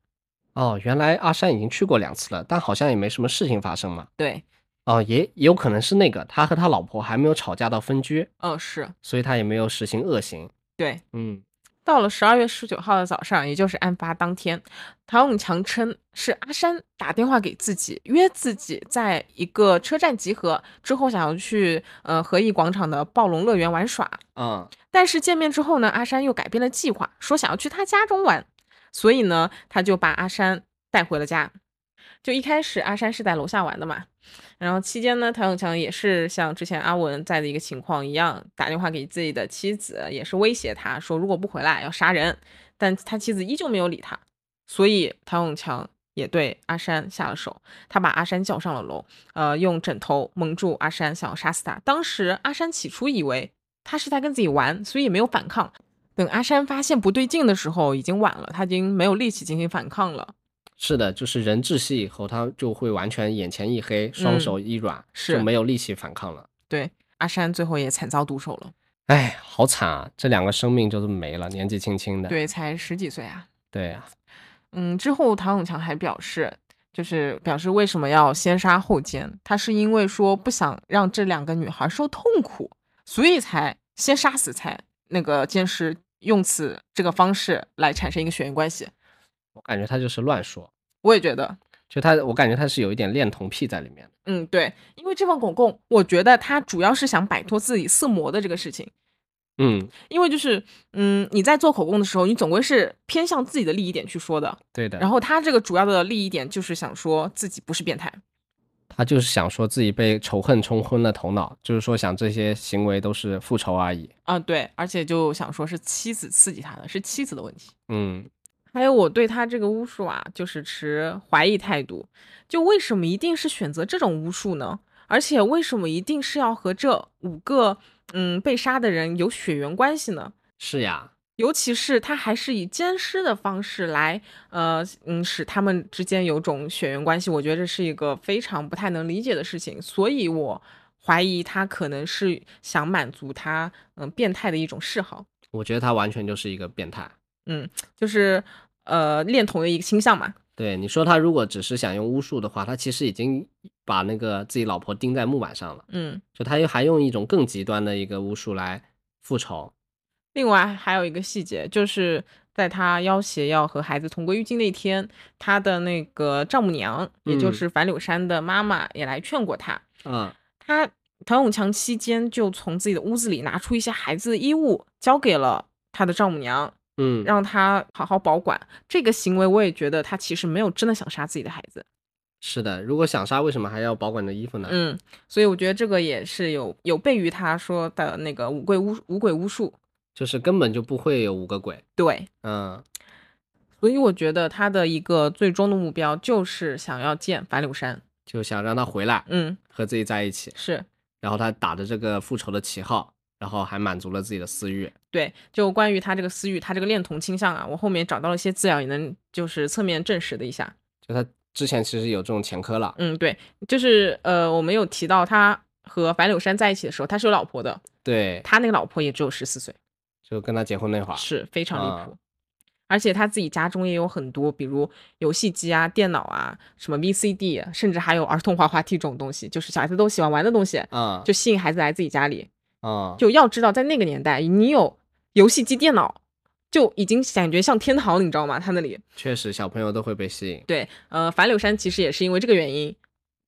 Speaker 2: 哦，原来阿山已经去过两次了，但好像也没什么事情发生嘛。
Speaker 1: 对，
Speaker 2: 哦，也也有可能是那个他和他老婆还没有吵架到分居，
Speaker 1: 嗯、是
Speaker 2: 所以他也没有实行恶行。
Speaker 1: 对。
Speaker 2: 嗯
Speaker 1: 到了十二月十九号的早上，也就是案发当天，唐永强称是阿山打电话给自己，约自己在一个车站集合，之后想要去呃和义广场的暴龙乐园玩耍。
Speaker 2: 啊
Speaker 1: 但是见面之后呢，阿山又改变了计划，说想要去他家中玩，所以呢，他就把阿山带回了家。就一开始阿山是在楼下玩的嘛，然后期间呢，唐永强也是像之前阿文在的一个情况一样，打电话给自己的妻子，也是威胁他说如果不回来要杀人，但他妻子依旧没有理他，所以唐永强也对阿山下了手，他把阿山叫上了楼，呃，用枕头蒙住阿山，想要杀死他。当时阿山起初以为他是在跟自己玩，所以也没有反抗。等阿山发现不对劲的时候，已经晚了，他已经没有力气进行反抗了。
Speaker 2: 是的，就是人窒息以后，他就会完全眼前一黑，双手一软，
Speaker 1: 是
Speaker 2: 就没有力气反抗了。
Speaker 1: 对，阿山最后也惨遭毒手了。
Speaker 2: 哎，好惨啊！这两个生命就这么没了，年纪轻轻的。
Speaker 1: 对，才十几岁啊。
Speaker 2: 对啊，
Speaker 1: 嗯，之后唐永强还表示，就是表示为什么要先杀后奸，他是因为说不想让这两个女孩受痛苦，所以才先杀死才那个奸尸，用此这个方式来产生一个血缘关系。
Speaker 2: 我感觉他就是乱说，
Speaker 1: 我也觉得，
Speaker 2: 就他，我感觉他是有一点恋童癖在里面的。
Speaker 1: 嗯，对，因为这份公公，我觉得他主要是想摆脱自己色魔的这个事情。
Speaker 2: 嗯，
Speaker 1: 因为就是，嗯，你在做口供的时候，你总归是偏向自己的利益点去说的。
Speaker 2: 对的。
Speaker 1: 然
Speaker 2: 后
Speaker 1: 后他这个主要的利益点就是想说自己不是变态。
Speaker 2: 他就是想说自己被仇恨冲昏了头脑，就是说想这些行为都是复仇而已。
Speaker 1: 啊，对，而且就想说是妻子刺激他的，是妻子的问题。
Speaker 2: 嗯，
Speaker 1: 还有我对他这个巫术啊，就是持怀疑态度。就为什么一定是选择这种巫术呢？而且为什么一定是要和这五个嗯被杀的人有血缘关系呢？
Speaker 2: 是呀，
Speaker 1: 尤其是他还是以奸尸的方式来，呃，嗯，使他们之间有种血缘关系，我觉得这是一个非常不太能理解的事情，所以我怀疑他可能是想满足他嗯、变态的一种嗜好，
Speaker 2: 我觉得他完全就是一个变态。
Speaker 1: 就是呃恋童的一个倾向嘛。
Speaker 2: 对，你说他如果只是想用巫术的话，他其实已经把那个自己老婆钉在木板上了。
Speaker 1: 嗯，
Speaker 2: 就他又还用一种更极端的一个巫术来复仇。
Speaker 1: 另外还有一个细节，就是在他要挟要和孩子同归于尽那天，他的那个丈母娘，也就
Speaker 2: 嗯
Speaker 1: 是樊柳珊的妈妈，也来劝过他。
Speaker 2: 嗯，
Speaker 1: 他唐永强期间就从自己的屋子里拿出一些孩子的衣物，交给了他的丈母娘，
Speaker 2: 嗯，
Speaker 1: 让她好好保管。这个行为我也觉得他其实没有真的想杀自己的孩子，
Speaker 2: 是的。如果想杀，为什么还要保管着衣服呢？
Speaker 1: 嗯，所以我觉得这个也是有有悖于他说的那个五鬼巫五鬼巫术，
Speaker 2: 就是根本就不会有五个鬼。
Speaker 1: 对。
Speaker 2: 嗯，
Speaker 1: 所以我觉得他的一个最终的目标就是想要见樊柳山，
Speaker 2: 就想让他回来
Speaker 1: 嗯，
Speaker 2: 和自己在一起，
Speaker 1: 是
Speaker 2: 然后他打着这个复仇的旗号，然后还满足了自己的私欲。
Speaker 1: 对。就关于他这个私欲，他这个恋童倾向啊，我后面找到了一些资料，也能就是侧面证实的一下。
Speaker 2: 就他之前其实有这种前科了。
Speaker 1: 嗯，对，就是呃，我们有提到他和樊柳珊在一起的时候，他是有老婆的，
Speaker 2: 对，
Speaker 1: 他那个老婆也只有十四岁，
Speaker 2: 就跟他结婚那会儿。
Speaker 1: 是非常离
Speaker 2: 啊
Speaker 1: 谱。而且他自己家中也有很多，比如游戏机啊、电脑啊、什么 VCD，甚至还有儿童滑滑梯这种东西，就是小孩子都喜欢玩的东西，
Speaker 2: 啊，
Speaker 1: 就吸引孩子来自己家里。
Speaker 2: 啊，
Speaker 1: 就要知道，在那个年代，你有游戏机、电脑，就已经感觉像天堂了，你知道吗？他那里，
Speaker 2: 确实小朋友都会被吸引。
Speaker 1: 对，呃，樊柳珊其实也是因为这个原因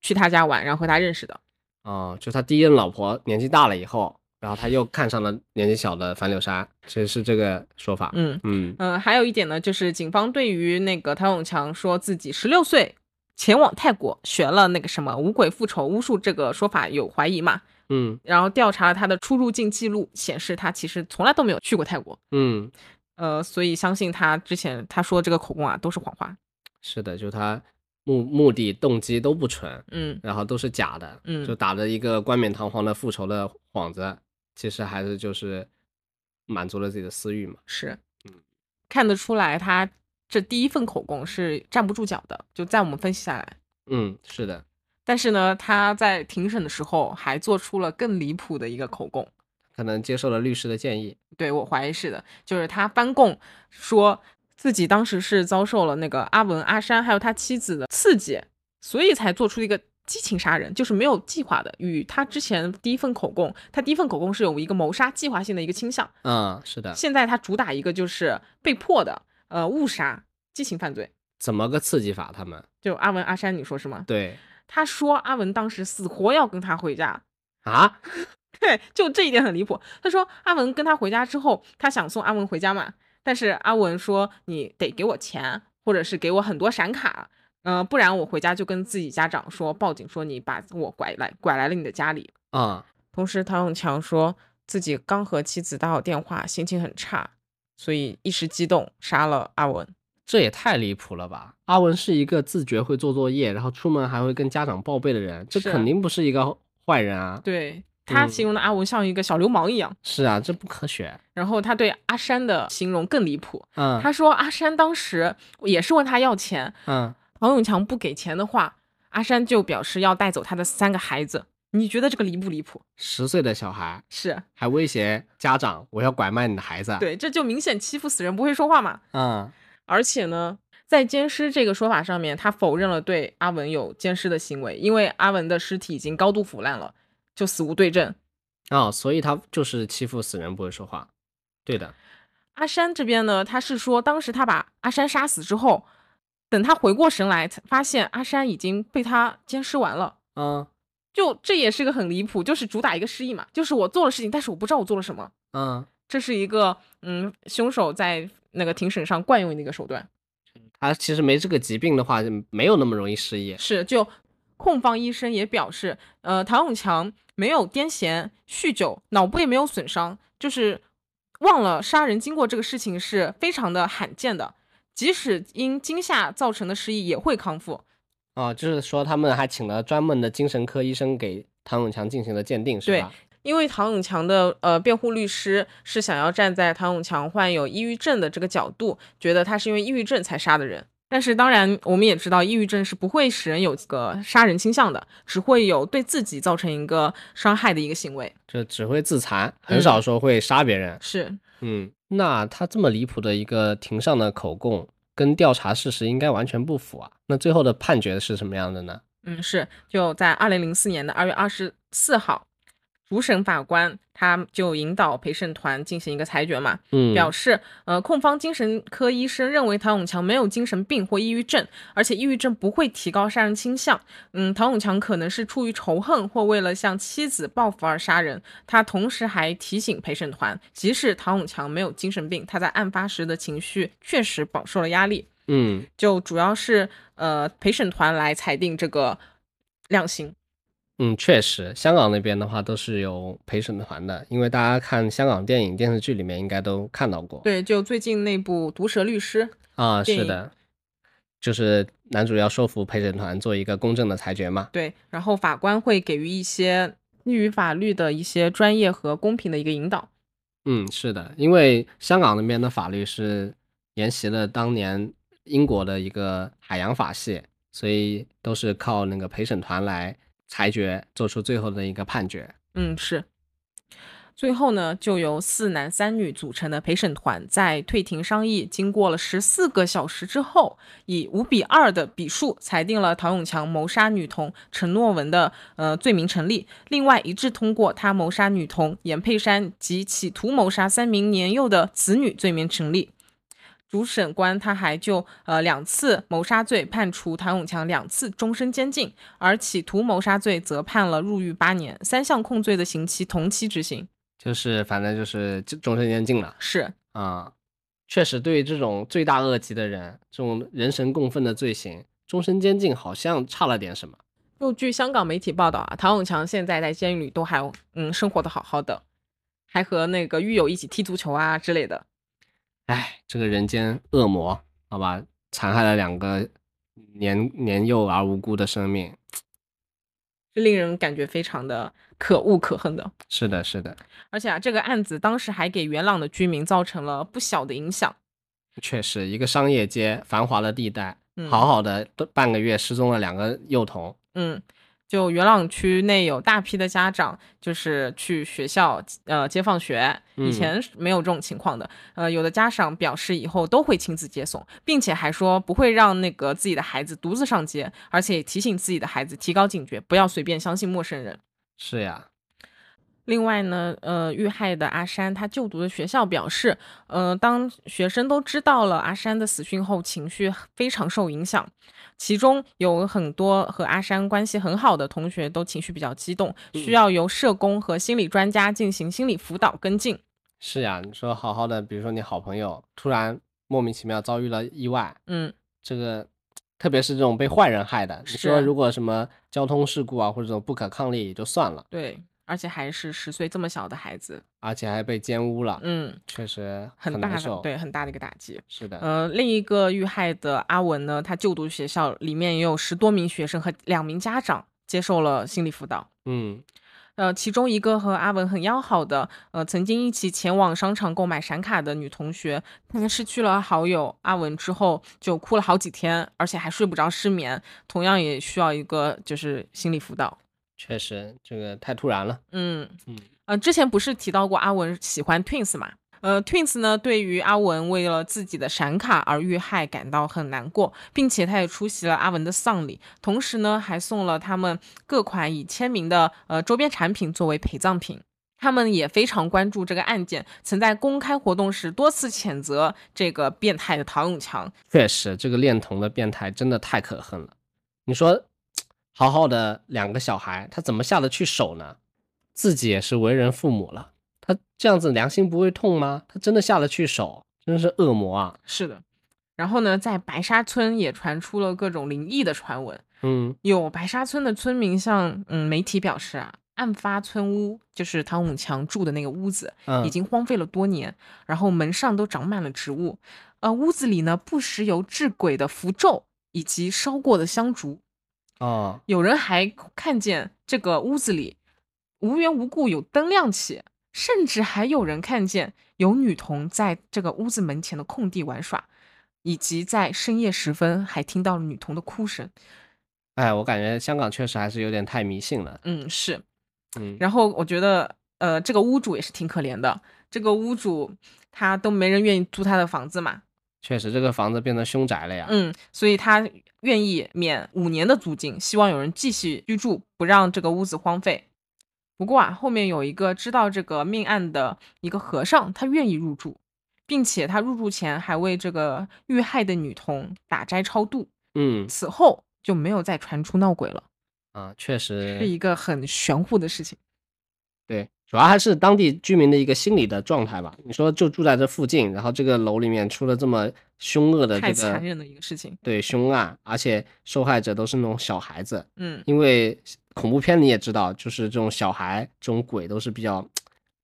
Speaker 1: 去他家玩，然后和他认识的。
Speaker 2: 哦，就他第一任老婆年纪大了以后，然后他又看上了年纪小的樊柳莎，其实是这个说法。
Speaker 1: 嗯，
Speaker 2: 嗯，
Speaker 1: 嗯，还有一点呢，就是警方对于那个唐永强说自己十六岁前往泰国学了那个什么五鬼复仇巫术这个说法有怀疑嘛，
Speaker 2: 嗯
Speaker 1: 然后调查了他的出入境记录，显示他其实从来都没有去过泰国，
Speaker 2: 嗯，
Speaker 1: 呃，所以相信他之前他说这个口供啊都是谎话。
Speaker 2: 是的，就他目目的动机都不纯，
Speaker 1: 嗯，
Speaker 2: 然后都是假的，
Speaker 1: 嗯
Speaker 2: 就打着一个冠冕堂皇的复仇的幌子，其实还是就是满足了自己的私欲嘛。
Speaker 1: 是
Speaker 2: 嗯，
Speaker 1: 看得出来他这第一份口供是站不住脚的，就在我们分析下来。
Speaker 2: 嗯，是的，
Speaker 1: 但是呢，他在庭审的时候还做出了更离谱的一个口供。
Speaker 2: 可能接受了律师的建议。
Speaker 1: 对我怀疑是的，就是他翻供说自己当时是遭受了那个阿文、阿山还有他妻子的刺激，所以才做出一个激情杀人，就是没有计划的。与他之前第一份口供，他第一份口供是有一个谋杀计划性的一个倾向，
Speaker 2: 嗯，是的，
Speaker 1: 现在他主打一个就是被迫的，呃，误杀、激情犯罪。
Speaker 2: 怎么个刺激法？他们
Speaker 1: 就阿文、阿山，你说是吗？
Speaker 2: 对
Speaker 1: 他说阿文当时死活要跟他回家，
Speaker 2: 啊，
Speaker 1: <laughs> 对，就这一点很离谱。他说阿文跟他回家之后，他想送阿文回家嘛，但是阿文说你得给我钱，或者是给我很多闪卡，嗯、不然我回家就跟自己家长说，报警说你把我拐来拐来了你的家里。
Speaker 2: 啊，
Speaker 1: 同时，唐永强说自己刚和妻子打好电话，心情很差，所以一时激动杀了阿文。
Speaker 2: 这也太离谱了吧！阿文是一个自觉会做作业，然后出门还会跟家长报备的人，这
Speaker 1: 是啊
Speaker 2: 肯定不是一个坏人啊。
Speaker 1: 对他
Speaker 2: 嗯
Speaker 1: 形容的阿文像一个小流氓一样，
Speaker 2: 是啊，这不科学。
Speaker 1: 然后他对阿山的形容更离谱。
Speaker 2: 嗯
Speaker 1: 他说阿山当时也是问他要钱，
Speaker 2: 嗯，
Speaker 1: 王永强不给钱的话，阿山就表示要带走他的三个孩子。你觉得这个离不离谱？
Speaker 2: 十岁的小孩
Speaker 1: 是
Speaker 2: 还威胁家长，我要拐卖你的孩子。，啊
Speaker 1: 对，这就明显欺负死人，不会说话嘛。
Speaker 2: 嗯
Speaker 1: 而且呢，在奸尸这个说法上面，他否认了对阿文有奸尸的行为，因为阿文的尸体已经高度腐烂了，就死无对证。
Speaker 2: 哦，所以他就是欺负死人不会说话。对的，
Speaker 1: 阿山这边呢，他是说当时他把阿山杀死之后，等他回过神来，才发现阿山已经被他奸尸完了。
Speaker 2: 嗯
Speaker 1: 就这也是个很离谱，就是主打一个失忆嘛，就是我做了事情，但是我不知道我做了什么。
Speaker 2: 嗯，
Speaker 1: 这是一个嗯，凶手在那个庭审上惯用的一个手段。
Speaker 2: 他其实没这个疾病的话，就没有那么容易失忆。
Speaker 1: 是，就控方医生也表示，呃，唐永强没有癫痫、酗酒，脑部也没有损伤，就是忘了杀人经过这个事情是非常的罕见的。即使因惊吓造成的失忆也会康复，
Speaker 2: 啊，就是说他们还请了专门的精神科医生给唐永强进行了鉴定，是
Speaker 1: 对
Speaker 2: 吧？
Speaker 1: 因为唐永强的呃辩护律师是想要站在唐永强患有抑郁症的这个角度，觉得他是因为抑郁症才杀的人。但是当然，我们也知道，抑郁症是不会使人有这个杀人倾向的，只会有对自己造成一个伤害的一个行为。
Speaker 2: 就只会自残，很
Speaker 1: 嗯
Speaker 2: 少说会杀别人。
Speaker 1: 是
Speaker 2: 嗯，那他这么离谱的一个庭上的口供，跟调查事实应该完全不符啊。那最后的判决是什么样的呢？
Speaker 1: 嗯，是就在二零零四年的二月二十四号，主审法官他就引导陪审团进行一个裁决嘛，
Speaker 2: 嗯，
Speaker 1: 表示呃，控方精神科医生认为唐永强没有精神病或抑郁症，而且抑郁症不会提高杀人倾向。嗯，唐永强可能是出于仇恨或为了向妻子报复而杀人。他同时还提醒陪审团，即使唐永强没有精神病，他在案发时的情绪确实饱受了压力。
Speaker 2: 嗯，
Speaker 1: 就主要是呃陪审团来裁定这个量刑。
Speaker 2: 嗯，确实，香港那边的话都是有陪审团的，因为大家看香港电影、电视剧里面应该都看到过。
Speaker 1: 对，就最近那部《毒舌律师》，
Speaker 2: 啊，
Speaker 1: 电
Speaker 2: 是
Speaker 1: 影
Speaker 2: 的，就是男主要说服陪审团做一个公正的裁决嘛。
Speaker 1: 对，然后法官会给予一些基于法律的一些专业和公平的一个引导。
Speaker 2: 嗯，是的，因为香港那边的法律是沿袭了当年英国的一个海洋法系，所以都是靠那个陪审团来裁决，做出最后的一个判决。
Speaker 1: 嗯，是。最后呢，就由四男三女组成的陪审团在退庭商议，经过了十四个小时之后，以五比二的比数裁定了唐永强谋杀女童陈诺文的呃罪名成立，另外一致通过他谋杀女童严佩珊及企图谋杀三名年幼的子女罪名成立。主审官他还就呃两次谋杀罪判处唐永强两次终身监禁，而企图谋杀罪则判了入狱八年，三项控罪的刑期同期执行。
Speaker 2: 就是反正就是就终身监禁了
Speaker 1: 是，
Speaker 2: 啊、确实，对于这种罪大恶极的人，这种人神共愤的罪行，终身监禁好像差了点什么。
Speaker 1: 就据香港媒体报道啊，唐永强现在在监狱里都还嗯生活的好好的，还和那个狱友一起踢足球啊之类的。
Speaker 2: 哎，这个人间恶魔，好吧，残害了两个年年幼而无辜的生命。
Speaker 1: 是令人感觉非常的可恶可恨的，
Speaker 2: 是的，是的，
Speaker 1: 而且啊，这个案子当时还给元朗的居民造成了不小的影响。
Speaker 2: 确实，一个商业街繁华的地带，
Speaker 1: 嗯
Speaker 2: 好好的都半个月失踪了两个幼童。
Speaker 1: 嗯，就元朗区内有大批的家长就是去学校呃接放学，
Speaker 2: 嗯
Speaker 1: 以前是没有这种情况的。呃，有的家长表示以后都会亲自接送，并且还说不会让那个自己的孩子独自上街，而且也提醒自己的孩子提高警觉，不要随便相信陌生人。
Speaker 2: 是呀，
Speaker 1: 另外呢，呃，遇害的阿山他就读的学校表示，呃，当学生都知道了阿山的死讯后，情绪非常受影响，其中有很多和阿山关系很好的同学都情绪比较激动，
Speaker 2: 嗯
Speaker 1: 需要由社工和心理专家进行心理辅导跟进。
Speaker 2: 是呀，你说好好的，比如说你好朋友突然莫名其妙遭遇了意外，
Speaker 1: 嗯，
Speaker 2: 这个，特别是这种被坏人害的，你
Speaker 1: 是啊
Speaker 2: 说如果什么交通事故啊，或者这种不可抗力也就算了，
Speaker 1: 对，而且还是十岁这么小的孩子，
Speaker 2: 而且还被奸污了，
Speaker 1: 嗯，
Speaker 2: 确实
Speaker 1: 很大
Speaker 2: 难
Speaker 1: 的
Speaker 2: 受。，嗯
Speaker 1: 对很大的一个打击。
Speaker 2: 是的，
Speaker 1: 呃，另一个遇害的阿文呢，他就读学校里面也有十多名学生和两名家长接受了心理辅导。
Speaker 2: 嗯
Speaker 1: 呃，其中一个和阿文很要好的，呃，曾经一起前往商场购买闪卡的女同学，她失去了好友阿文之后，就哭了好几天，而且还睡不着，失眠，同样也需要一个就是心理辅导。
Speaker 2: 确实这个太突然了。
Speaker 1: 嗯
Speaker 2: 嗯
Speaker 1: 呃，之前不是提到过阿文喜欢 Twins 嘛？呃，Twins 呢，对于阿文为了自己的闪卡而遇害感到很难过，并且他也出席了阿文的丧礼，同时呢，还送了他们各款已签名的呃周边产品作为陪葬品。他们也非常关注这个案件，曾在公开活动时多次谴责这个变态的陶永强。
Speaker 2: 确实，这个恋童的变态真的太可恨了。你说，好好的两个小孩，他怎么下得去手呢？自己也是为人父母了，他这样子良心不会痛吗？他真的下得去手，真是恶魔啊！
Speaker 1: 是的，然后呢，在白沙村也传出了各种灵异的传闻，
Speaker 2: 嗯，
Speaker 1: 有白沙村的村民向嗯媒体表示啊，案发村屋就是唐永强住的那个屋子，
Speaker 2: 嗯
Speaker 1: 已经荒废了多年，然后门上都长满了植物，呃，屋子里呢不时有制鬼的符咒以及烧过的香烛，
Speaker 2: 哦，
Speaker 1: 有人还看见这个屋子里无缘无故有灯亮起，甚至还有人看见有女童在这个屋子门前的空地玩耍，以及在深夜时分还听到了女童的哭声。
Speaker 2: 哎，我感觉香港确实还是有点太迷信了。
Speaker 1: 嗯，是。
Speaker 2: 嗯，
Speaker 1: 然后我觉得，呃，这个屋主也是挺可怜的。这个屋主他都没人愿意租他的房子嘛，
Speaker 2: 确实这个房子变成凶宅了呀。
Speaker 1: 嗯，所以他愿意免五年的租金，希望有人继续居住，不让这个屋子荒废。不过啊，后面有一个知道这个命案的一个和尚，他愿意入住，并且他入住前还为这个遇害的女童打斋超度。
Speaker 2: 嗯
Speaker 1: 此后就没有再传出闹鬼了，
Speaker 2: 啊，确实
Speaker 1: 是一个很玄乎的事情。
Speaker 2: 对，主要还是当地居民的一个心理的状态吧。你说就住在这附近，然后这个楼里面出了这么凶恶的
Speaker 1: 太
Speaker 2: 呃这
Speaker 1: 残
Speaker 2: 个
Speaker 1: 忍的一个事情，
Speaker 2: 对凶案，而且受害者都是那种小孩子，
Speaker 1: 嗯，
Speaker 2: 因为恐怖片你也知道，就是这种小孩这种鬼都是比较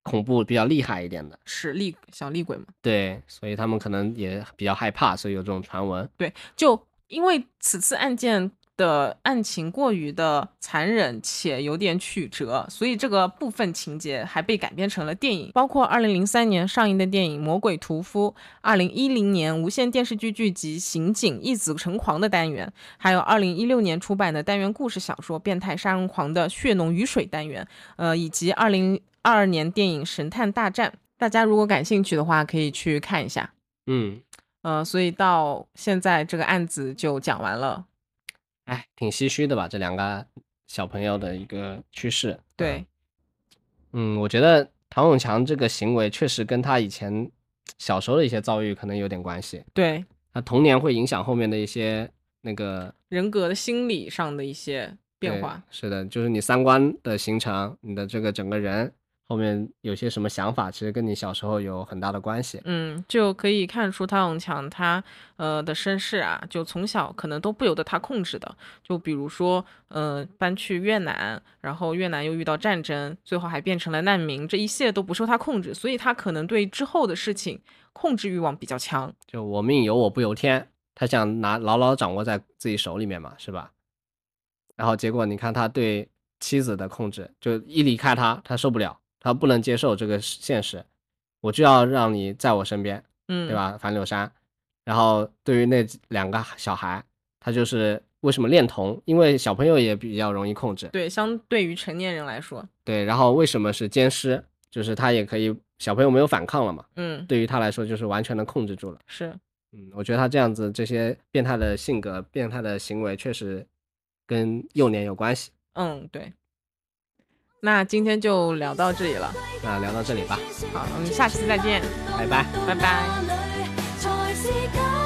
Speaker 2: 恐怖、比较厉害一点的，
Speaker 1: 是厉小厉鬼嘛。
Speaker 2: 对，所以他们可能也比较害怕，所以有这种传闻。
Speaker 1: 对，就因为此次案件的案情过于的残忍且有点曲折，所以这个部分情节还被改编成了电影，包括2003年上映的电影《魔鬼屠夫》，2010年无线电视剧剧集《刑警一子成狂》的单元，还有2016年出版的单元故事小说《变态杀人狂》的血浓于水单元，呃，以及2022年电影《神探大战》。大家如果感兴趣的话，可以去看一下。
Speaker 2: 嗯，
Speaker 1: 呃，所以到现在这个案子就讲完了。
Speaker 2: 哎，挺唏嘘的吧，这两个小朋友的一个去世。
Speaker 1: 对，
Speaker 2: 嗯，我觉得唐永强这个行为确实跟他以前小时候的一些遭遇可能有点关系。
Speaker 1: 对，
Speaker 2: 他童年会影响后面的一些那个
Speaker 1: 人格的心理上的一些变
Speaker 2: 对
Speaker 1: 化，
Speaker 2: 是的，就是你三观的形成，你的这个整个人后面有些什么想法，其实跟你小时候有很大的关系。
Speaker 1: 嗯，就可以看出汤永强他呃的身世啊，就从小可能都不由得他控制的。就比如说，呃，搬去越南，然后越南又遇到战争，最后还变成了难民，这一切都不受他控制，所以他可能对之后的事情控制欲望比较强。
Speaker 2: 就我命由我不由天，他想拿牢牢掌握在自己手里面嘛，是吧？然后结果你看他对妻子的控制，就一离开他，他受不了，他不能接受这个现实，我就要让你在我身边，
Speaker 1: 嗯，
Speaker 2: 对？吧？樊柳山。然后对于那两个小孩，他就是为什么恋童，因为小朋友也比较容易控制，
Speaker 1: 对，相对于成年人来说，
Speaker 2: 对。然后为什么是奸尸，就是他也可以，小朋友没有反抗了嘛，
Speaker 1: 嗯，
Speaker 2: 对于他来说就是完全的控制住了。
Speaker 1: 是，
Speaker 2: 嗯，我觉得他这样子这些变态的性格、变态的行为，确实跟幼年有关系。
Speaker 1: 嗯，对。那今天就聊到这里了，
Speaker 2: 那聊到这里吧，
Speaker 1: 好，我们下期再见，
Speaker 2: 拜拜。
Speaker 1: 拜拜。
Speaker 3: 才是假。